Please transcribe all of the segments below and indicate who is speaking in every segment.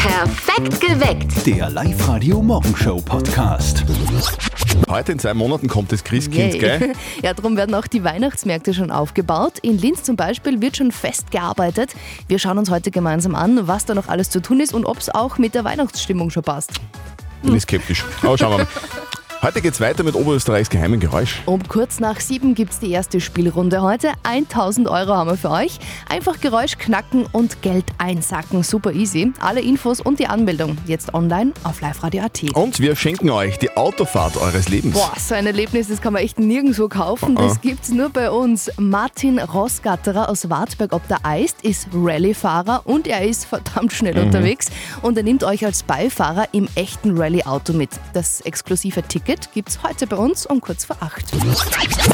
Speaker 1: Perfekt geweckt.
Speaker 2: Der Live-Radio-Morgenshow-Podcast.
Speaker 3: Heute in zwei Monaten kommt das Christkind,
Speaker 4: Yay.
Speaker 3: gell?
Speaker 4: Ja, darum werden auch die Weihnachtsmärkte schon aufgebaut. In Linz zum Beispiel wird schon festgearbeitet. Wir schauen uns heute gemeinsam an, was da noch alles zu tun ist und ob es auch mit der Weihnachtsstimmung schon passt.
Speaker 3: Bin ich skeptisch. Aber schauen wir mal. Heute geht's weiter mit Oberösterreichs geheimem Geräusch.
Speaker 4: Um kurz nach sieben gibt es die erste Spielrunde heute. 1000 Euro haben wir für euch. Einfach Geräusch knacken und Geld einsacken. Super easy. Alle Infos und die Anmeldung jetzt online auf liveradio.at.
Speaker 3: Und wir schenken euch die Autofahrt eures Lebens.
Speaker 4: Boah, so ein Erlebnis, das kann man echt nirgendwo kaufen.
Speaker 3: Ah.
Speaker 4: Das gibt's nur bei uns. Martin Rossgatterer aus Wartberg ob der Eist ist Rallye-Fahrer und er ist verdammt schnell
Speaker 3: Mhm.
Speaker 4: unterwegs. Und er nimmt euch als Beifahrer im echten Rallye-Auto mit. Das exklusive Ticket gibt's heute bei uns um kurz vor acht.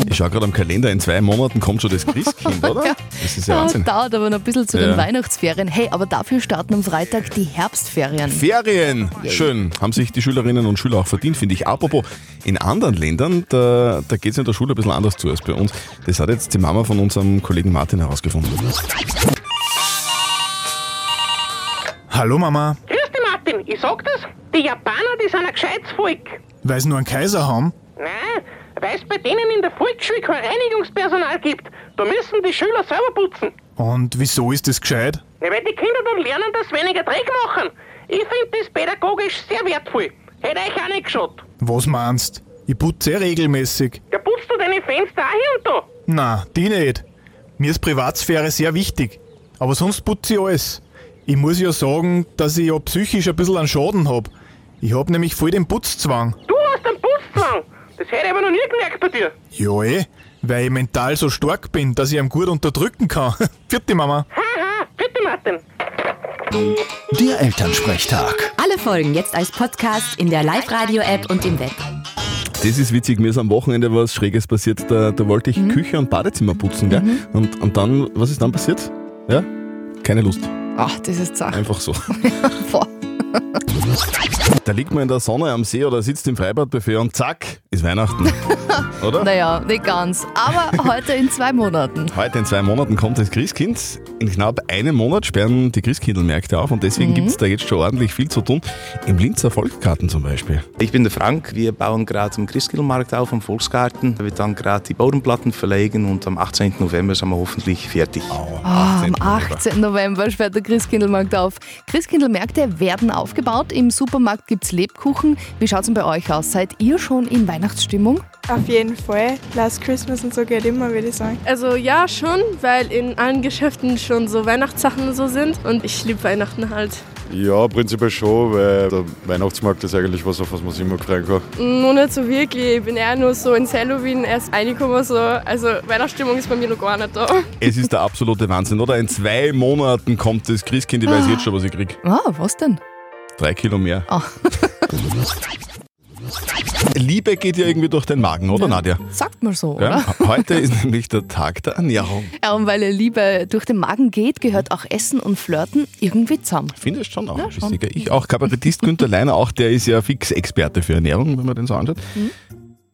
Speaker 3: Ich schaue gerade am Kalender, in zwei Monaten kommt schon das Christkind, oder?
Speaker 4: Ja. Ah,
Speaker 3: Das ist ja Wahnsinn.
Speaker 4: Dauert aber noch ein bisschen zu
Speaker 3: Ja.
Speaker 4: den Weihnachtsferien. Hey, aber dafür starten am Freitag die Herbstferien.
Speaker 3: Ferien, schön, haben sich die Schülerinnen und Schüler auch verdient, finde ich. Apropos, in anderen Ländern, da, da geht es in der Schule ein bisschen anders zu als bei uns. Das hat jetzt die Mama von unserem Kollegen Martin herausgefunden.
Speaker 5: Hallo Mama,
Speaker 6: Grüß dich, Martin. Ich sag das, die Japaner, die sind ein gescheites Volk.
Speaker 5: weil sie nur einen Kaiser haben?
Speaker 6: Nein, weil es bei denen in der Volksschule kein Reinigungspersonal gibt. Da müssen die Schüler selber putzen.
Speaker 5: Und wieso ist das gescheit?
Speaker 6: Ja, weil die Kinder dann lernen, dass sie weniger Dreck machen. Ich finde das pädagogisch sehr wertvoll. Hätte euch auch nicht geschaut.
Speaker 5: Was meinst? Ich putze eh regelmäßig.
Speaker 6: Ja, putzt du deine Fenster auch hier und da?
Speaker 5: Na, die nicht. Mir ist Privatsphäre sehr wichtig. Aber sonst putze ich alles. Ich muss ja sagen, dass ich ja psychisch ein bisschen einen Schaden hab. Ich hab nämlich voll den Putzzwang.
Speaker 6: Du hast einen Putzzwang. Das hätte ich aber noch nie gemerkt bei dir.
Speaker 5: Ja eh, weil ich mental so stark bin, dass ich ihn gut unterdrücken kann. Vierte Mama.
Speaker 6: Haha, bitte, Martin.
Speaker 2: Der Elternsprechtag.
Speaker 7: Alle Folgen jetzt als Podcast in der Live-Radio-App und im Web.
Speaker 3: Das ist witzig, mir ist am Wochenende was Schräges passiert. Da, da wollte
Speaker 4: Mhm.
Speaker 3: ich Küche und Badezimmer putzen, gell? Und, und dann, was ist dann passiert? Ja? Keine Lust,
Speaker 4: Ach, das ist Sache.
Speaker 3: einfach so.
Speaker 4: Boah.
Speaker 3: Da liegt man in der Sonne am See oder sitzt im Freibadbuffet und zack, ist Weihnachten. Oder?
Speaker 4: Naja, nicht ganz. Aber heute in zwei Monaten.
Speaker 3: Heute in zwei Monaten kommt das Christkind. In knapp einem Monat sperren die Christkindlmärkte auf und
Speaker 4: Mhm.
Speaker 3: deswegen gibt's da jetzt schon ordentlich viel zu tun. Im Linzer Volksgarten zum Beispiel.
Speaker 8: Ich bin der Frank. Wir bauen gerade im Christkindlmarkt auf, am Volksgarten. Da wird dann gerade die Bodenplatten verlegen und am 18. November sind wir hoffentlich fertig.
Speaker 4: Ah,
Speaker 3: 18.
Speaker 4: am
Speaker 3: November.
Speaker 4: 18. November sperrt der Christkindlmarkt auf. Christkindlmärkte werden aufgebaut. Im Supermarkt gibt es Lebkuchen. Wie schaut es denn bei euch aus? Seid ihr schon in Weihnachtsstimmung?
Speaker 9: Auf jeden Fall. Last Christmas und so geht immer, würde ich sagen.
Speaker 10: Also ja, schon, weil in allen Geschäften schon so Weihnachtssachen und so sind. Und ich liebe Weihnachten halt.
Speaker 11: Ja, prinzipiell schon, weil der Weihnachtsmarkt ist eigentlich was, auf was man sich immer freuen kann.
Speaker 10: Nur nicht so wirklich. Ich bin eher nur so in Halloween erst reingekommen. So. Also Weihnachtsstimmung ist bei mir noch gar nicht da.
Speaker 3: Es ist der absolute Wahnsinn, oder? In zwei Monaten kommt das Christkind. Ich weiß jetzt schon, was ich krieg.
Speaker 4: Ah, was denn?
Speaker 3: Drei Kilo mehr.
Speaker 4: Ah.
Speaker 3: Liebe geht ja irgendwie durch den Magen, oder Nadja?
Speaker 4: Sagt mal so, oder?
Speaker 3: Ja, heute ist nämlich der Tag der Ernährung.
Speaker 4: Ja, und weil Liebe durch den Magen geht, gehört auch Essen und Flirten irgendwie zusammen.
Speaker 3: Findest schon auch
Speaker 4: Ja,
Speaker 3: ein bisschen.
Speaker 4: schon.
Speaker 3: gell? Ich auch. Kabarettist Günther Leiner, auch der ist ja fix Experte für Ernährung, wenn man den so anschaut.
Speaker 4: Mhm.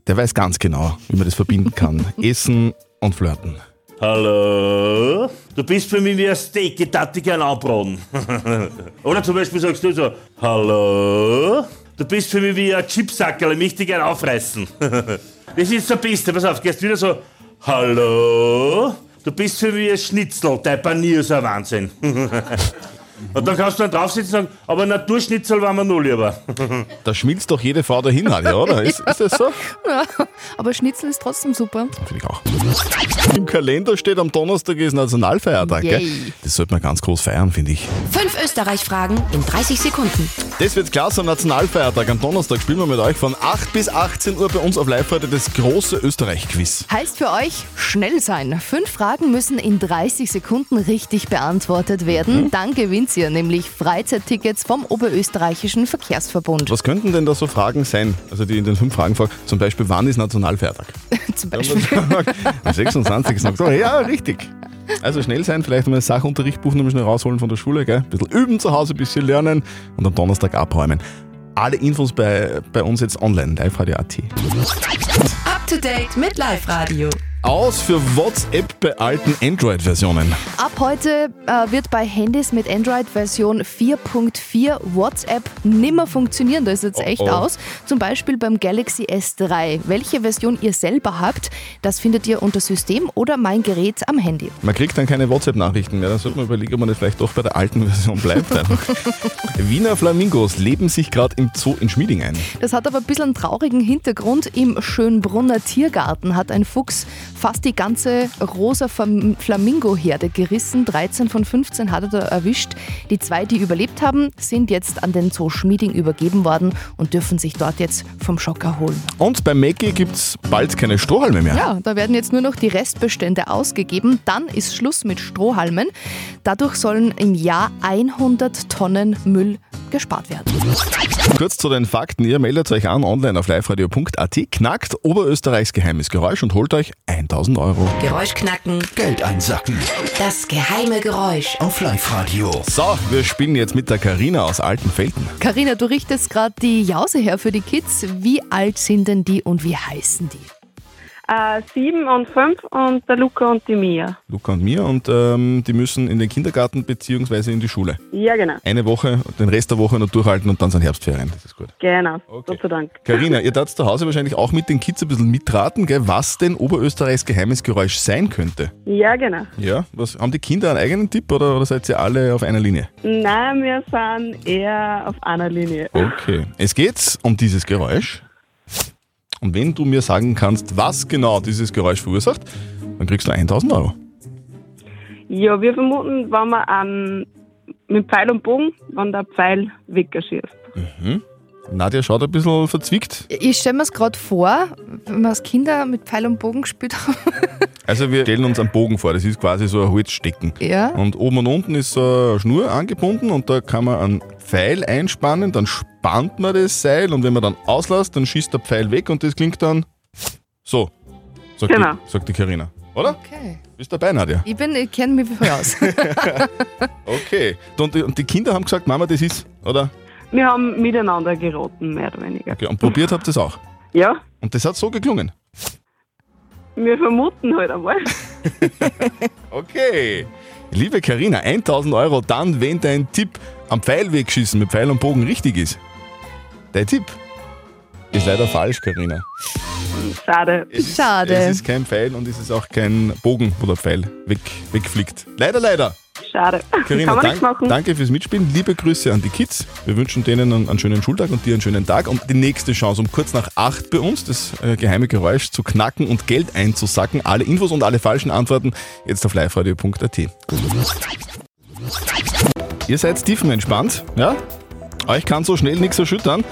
Speaker 3: Der weiß ganz genau, wie man das verbinden kann. Essen und Flirten.
Speaker 8: Hallo? Du bist für mich wie ein Steak, die Tati gern anbraten. Oder zum Beispiel sagst du so, Hallo? Du bist für mich wie ein Chipsackerl, mich die gern aufreißen. das ist der Beste, pass auf, gehst wieder so, Hallo? Du bist für mich wie ein Schnitzel, dein Panier ist ein Wahnsinn. Und dann kannst du dann draufsitzen und sagen, aber Naturschnitzel war mir null lieber.
Speaker 3: Da schmilzt doch jede Frau dahin, Nadja, oder? Ist, ist das so?
Speaker 4: Ja, aber Schnitzel ist trotzdem super.
Speaker 3: Finde ich auch. Im Kalender steht, am Donnerstag ist Nationalfeiertag. Gell?
Speaker 4: Yay.
Speaker 3: Das sollte man ganz groß feiern, finde ich.
Speaker 7: Fünf Österreich-Fragen in 30 Sekunden.
Speaker 3: Das wird klasse am Nationalfeiertag. Am Donnerstag spielen wir mit euch von 8 bis 18 Uhr bei uns auf Live-Radio das große Österreich-Quiz.
Speaker 4: Heißt für euch, schnell sein. Fünf Fragen müssen in 30 Sekunden richtig beantwortet werden.
Speaker 3: Mhm.
Speaker 4: Dann gewinnt ihr nämlich Freizeittickets vom Oberösterreichischen Verkehrsverbund.
Speaker 3: Was könnten denn da so Fragen sein? Also die in den fünf Fragen fragen, zum Beispiel, wann ist Nationalfeiertag?
Speaker 4: Zum
Speaker 3: Am
Speaker 4: Beispiel.
Speaker 3: 26. Oktober. Ja, richtig. Also schnell sein, vielleicht mal das Sachunterrichtbuch nochmal schnell rausholen von der Schule, gell? Ein bisschen üben zu Hause, ein bisschen lernen und am Donnerstag abräumen. Alle Infos bei, bei uns jetzt online, live-radio.at.
Speaker 7: Up to date mit Live-Radio.
Speaker 3: aus für WhatsApp bei alten Android-Versionen.
Speaker 4: Ab heute äh, wird bei Handys mit Android-Version 4.4 WhatsApp nimmer funktionieren. Da ist jetzt echt
Speaker 3: oh.
Speaker 4: aus. Zum Beispiel beim Galaxy S3. Welche Version ihr selber habt, das findet ihr unter System oder mein Gerät am Handy.
Speaker 3: Man kriegt dann keine WhatsApp-Nachrichten mehr. Da sollte man überlegen, ob man nicht vielleicht doch bei der alten Version bleibt. Einfach. Wiener Flamingos leben sich gerade im Zoo in Schmieding ein.
Speaker 4: Das hat aber ein bisschen einen traurigen Hintergrund. Im Schönbrunner Tiergarten hat ein Fuchs fast die ganze rosa Fam- Flamingo-Herde gerissen. 13 von 15 hat er da erwischt. Die zwei, die überlebt haben, sind jetzt an den Zoo Schmieding übergeben worden und dürfen sich dort jetzt vom Schock erholen.
Speaker 3: Und bei Mackie gibt es bald keine Strohhalme mehr.
Speaker 4: Ja, da werden jetzt nur noch die Restbestände ausgegeben. Dann ist Schluss mit Strohhalmen. Dadurch sollen im Jahr 100 Tonnen Müll gespart werden.
Speaker 3: Kurz zu den Fakten. Ihr meldet euch an online auf liveradio.at, knackt Oberösterreichs geheimes Geräusch und holt euch 1000 Euro.
Speaker 7: Geräuschknacken.
Speaker 2: Geld einsacken.
Speaker 7: Das geheime Geräusch.
Speaker 2: Auf Live-Radio.
Speaker 3: So, wir spielen jetzt mit der Karina aus Altenfelden.
Speaker 4: Karina, du richtest gerade die Jause her für die Kids. Wie alt sind denn die und wie heißen die?
Speaker 9: Äh, sieben und fünf und der Luca und die Mia.
Speaker 3: Luca und mir und ähm, die müssen in den Kindergarten bzw. in die Schule.
Speaker 9: Ja, genau.
Speaker 3: Eine Woche, den Rest der Woche noch durchhalten und dann sind Herbstferien. Das ist gut.
Speaker 9: Genau. Gott sei Dank.
Speaker 3: Karina, ihr darfst zu Hause wahrscheinlich auch mit den Kids ein bisschen mitraten, gell, was denn Oberösterreichs geheimes Geräusch sein könnte.
Speaker 9: Ja, genau.
Speaker 3: Ja, was haben die Kinder einen eigenen Tipp oder, oder seid ihr alle auf einer Linie?
Speaker 9: Nein, wir sind eher auf einer Linie.
Speaker 3: Okay. Es geht um dieses Geräusch. Und wenn du mir sagen kannst, was genau dieses Geräusch verursacht, dann kriegst du 1000 Euro.
Speaker 9: Ja, wir vermuten, wenn man an, mit Pfeil und Bogen, wenn der Pfeil weggeschießt.
Speaker 3: Nadja schaut ein bisschen verzwickt.
Speaker 4: Ich stelle mir es gerade vor, wenn man als Kinder mit Pfeil und Bogen gespielt haben.
Speaker 3: Also wir stellen uns einen Bogen vor, das ist quasi so ein Holzstecken.
Speaker 4: Ja.
Speaker 3: Und oben und unten ist so eine Schnur angebunden und da kann man einen Pfeil einspannen, dann spannt man das Seil und wenn man dann auslässt, dann schießt der Pfeil weg und das klingt dann so, sagt,
Speaker 9: Genau.
Speaker 3: die, sagt die Carina. Oder?
Speaker 4: Okay.
Speaker 3: Bist dabei, Nadja?
Speaker 4: Ich bin, ich kenne mich voll aus.
Speaker 3: Okay. Und die, und die Kinder haben gesagt, Mama, das ist, oder?
Speaker 9: Wir haben miteinander geraten, mehr oder weniger.
Speaker 3: Okay. Und probiert habt ihr es auch.
Speaker 9: Ja,
Speaker 3: Und das hat so geklungen.
Speaker 9: wir vermuten halt einmal.
Speaker 3: Okay. Liebe Karina, 1000 Euro dann, wenn dein Tipp am Pfeil wegschießen mit Pfeil und Bogen richtig ist. Dein Tipp ist leider falsch, Karina.
Speaker 9: Schade.
Speaker 3: Es ist-
Speaker 4: Schade.
Speaker 3: Es ist kein Pfeil und es ist auch kein Bogen, wo der Pfeil weg, wegfliegt. Leider, leider.
Speaker 9: Schade.
Speaker 3: Karina,
Speaker 9: Kann man
Speaker 3: dank,
Speaker 9: nichts machen.
Speaker 3: danke fürs Mitspielen. Liebe Grüße an die Kids. Wir wünschen denen einen, einen schönen Schultag und dir einen schönen Tag. Und die nächste Chance um kurz nach acht bei uns, das äh, geheime Geräusch zu knacken und Geld einzusacken. Alle Infos und alle falschen Antworten jetzt auf liveradio.at. Ihr seid tiefenentspannt, ja? Euch kann so schnell nichts erschüttern.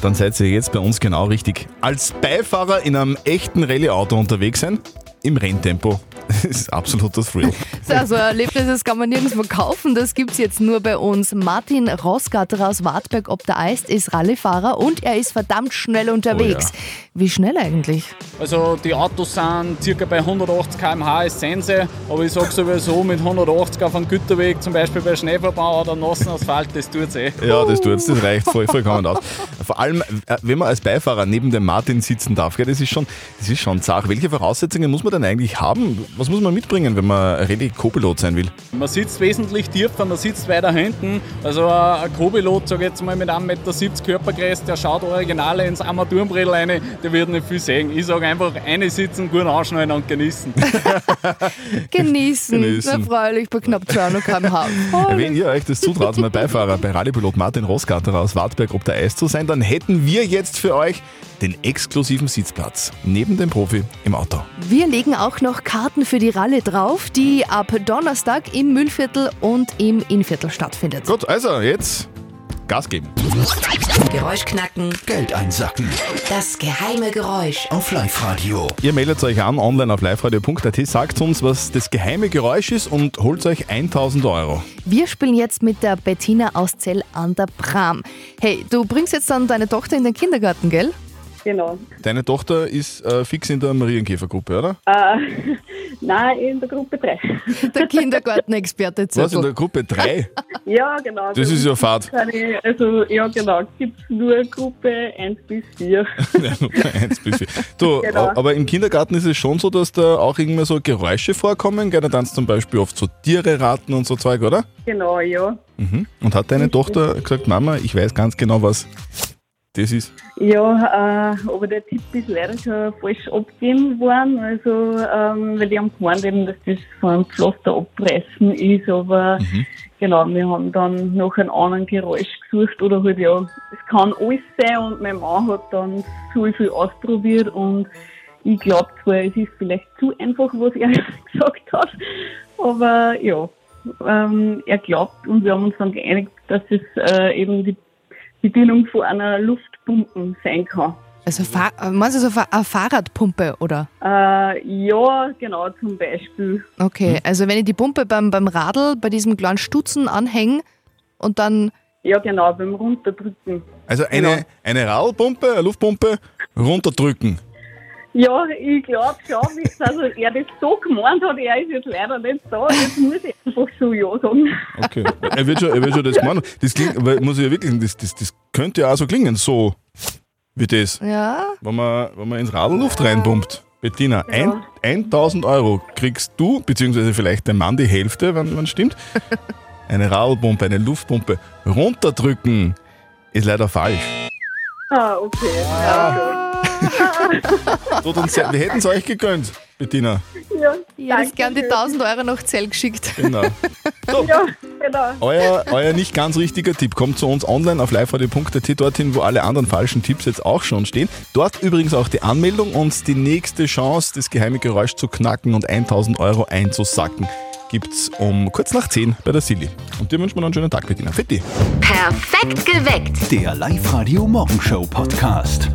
Speaker 3: Dann seid ihr jetzt bei uns genau richtig. Als Beifahrer in einem echten Rallye-Auto unterwegs sein, im Renntempo. Das ist absoluter Thrill.
Speaker 4: Also Erlebnis, das kann man nirgendwo kaufen. Das gibt's jetzt nur bei uns. Martin Rosgatterer aus Wartberg ob der Eist ist Rallyefahrer und er ist verdammt schnell unterwegs. Wie schnell eigentlich?
Speaker 1: Also die Autos sind circa bei 180 km/h ist Sense, aber ich sage sowieso mit 180 auf einem Güterweg, zum Beispiel bei Schneeverbau oder nassen Asphalt, das tut's eh.
Speaker 3: Ja, das tut's, das reicht voll, vollkommen aus. Vor allem, äh, wenn man als Beifahrer neben dem Martin sitzen darf, gell, das ist schon, das ist schon Sache. Welche Voraussetzungen muss man denn eigentlich haben? Was muss man mitbringen, wenn man Rallye Co-Pilot sein will?
Speaker 1: Man sitzt wesentlich tiefer, man sitzt weiter hinten. Also ein Co-Pilot, sage ich jetzt mal mit 1,70 Meter Körpergröße, der schaut original ins Armaturenbrett rein, der wird nicht viel sehen. Ich sage einfach, eine sitzen, gut anschneiden und genießen.
Speaker 4: Genießen.
Speaker 3: Genießen.
Speaker 4: Na, freilich, bei knapp 200 km/h.
Speaker 3: Äh, Wenn ihr euch das zutraut, mein Beifahrer bei Rallye-Pilot Martin Rosgatterer aus Wartberg ob der Eis zu sein, dann hätten wir jetzt für euch den exklusiven Sitzplatz neben dem Profi im Auto.
Speaker 4: Wir legen auch noch Karten für die Ralle drauf, die ab Donnerstag im Müllviertel und im Innviertel stattfindet.
Speaker 3: Gut, also jetzt Gas geben.
Speaker 7: Geräuschknacken.
Speaker 2: Geld einsacken.
Speaker 7: Das geheime Geräusch.
Speaker 2: Auf Live-Radio.
Speaker 3: Ihr meldet euch an online auf liveradio.at, sagt uns, was das geheime Geräusch ist und holt euch 1000 Euro.
Speaker 4: Wir spielen jetzt mit der Bettina aus Zell an der Pram. Hey, du bringst jetzt dann deine Tochter in den Kindergarten, gell?
Speaker 12: genau.
Speaker 3: Deine Tochter ist äh, fix in der Marienkäfergruppe, oder?
Speaker 12: Äh, nein, in der Gruppe 3.
Speaker 4: Der Kindergartenexperte
Speaker 3: Was, in der Gruppe 3?
Speaker 12: Also Ja, genau.
Speaker 3: Das ist ja Fahrt.
Speaker 12: Keine- Also, ja, genau. Gibt es nur Gruppe 1 bis 4.
Speaker 3: Eins bis vier. Du,
Speaker 12: Genau.
Speaker 3: a- aber im Kindergarten ist es schon so, dass da auch irgendwie so Geräusche vorkommen. Gerne tanzt zum Beispiel oft so Tiere raten und so Zeug, oder?
Speaker 12: genau, ja.
Speaker 3: Mhm. Und hat deine Tochter gesagt, Mama, ich weiß ganz genau, was das ist.
Speaker 12: Ja, äh, aber der Tipp ist leider schon falsch abgegeben worden. Also, ähm, weil die haben gemeint, eben, dass das von Pflaster abreißen ist. Aber genau, wir haben dann nach einem anderen Geräusch gesucht. Oder halt, ja, es kann alles sein. Und mein Mann hat dann so viel ausprobiert. Und ich glaube zwar, es ist vielleicht zu einfach, was er gesagt hat. Aber ja, ähm, er glaubt und wir haben uns dann geeinigt, dass es äh, eben die Bedienung von einer Luftpumpe sein kann.
Speaker 4: Also Fa äh, meinst du so Fa- eine Fahrradpumpe, oder?
Speaker 12: Äh, ja, genau, zum Beispiel.
Speaker 3: Hm?
Speaker 4: Okay, also wenn ich die Pumpe beim, beim Radl, bei diesem kleinen Stutzen anhänge und dann...
Speaker 12: Ja, genau, beim Runterdrücken.
Speaker 3: Also eine,
Speaker 12: Genau.
Speaker 3: eine Radlpumpe, eine Luftpumpe, runterdrücken.
Speaker 12: Ja, ich glaube schon, wie also er das so gemeint hat, er ist jetzt leider nicht da, jetzt muss ich einfach so ja sagen.
Speaker 3: Okay. Er wird schon, er wird schon das machen. Das klingt, weil, muss ich ja wirklich sagen, das, das, das könnte ja auch so klingen, so wie das.
Speaker 4: Ja.
Speaker 3: Wenn man, wenn man ins Radl Luft reinpumpt. Bettina, ein, 1000 Euro kriegst du, beziehungsweise vielleicht der Mann die Hälfte, wenn es stimmt. Eine Radlpumpe, eine Luftpumpe runterdrücken ist leider falsch.
Speaker 12: Ah, okay. Ja,
Speaker 3: Tut uns sehr- Wir hätten es euch gegönnt, Bettina.
Speaker 12: ja,
Speaker 4: Ich hätte gerne die 1000 Euro nach Zell geschickt.
Speaker 3: Genau.
Speaker 12: Ja, genau.
Speaker 3: Euer, euer nicht ganz richtiger Tipp kommt zu uns online auf liveradio.at, dorthin, wo alle anderen falschen Tipps jetzt auch schon stehen. Dort übrigens auch die Anmeldung und die nächste Chance, das geheime Geräusch zu knacken und 1000 Euro einzusacken, gibt's um kurz nach 10 bei der Silly. Und dir wünschen wir noch einen schönen Tag, Bettina. Fitti.
Speaker 7: Perfekt geweckt.
Speaker 2: Der Live-Radio Morgenshow Podcast.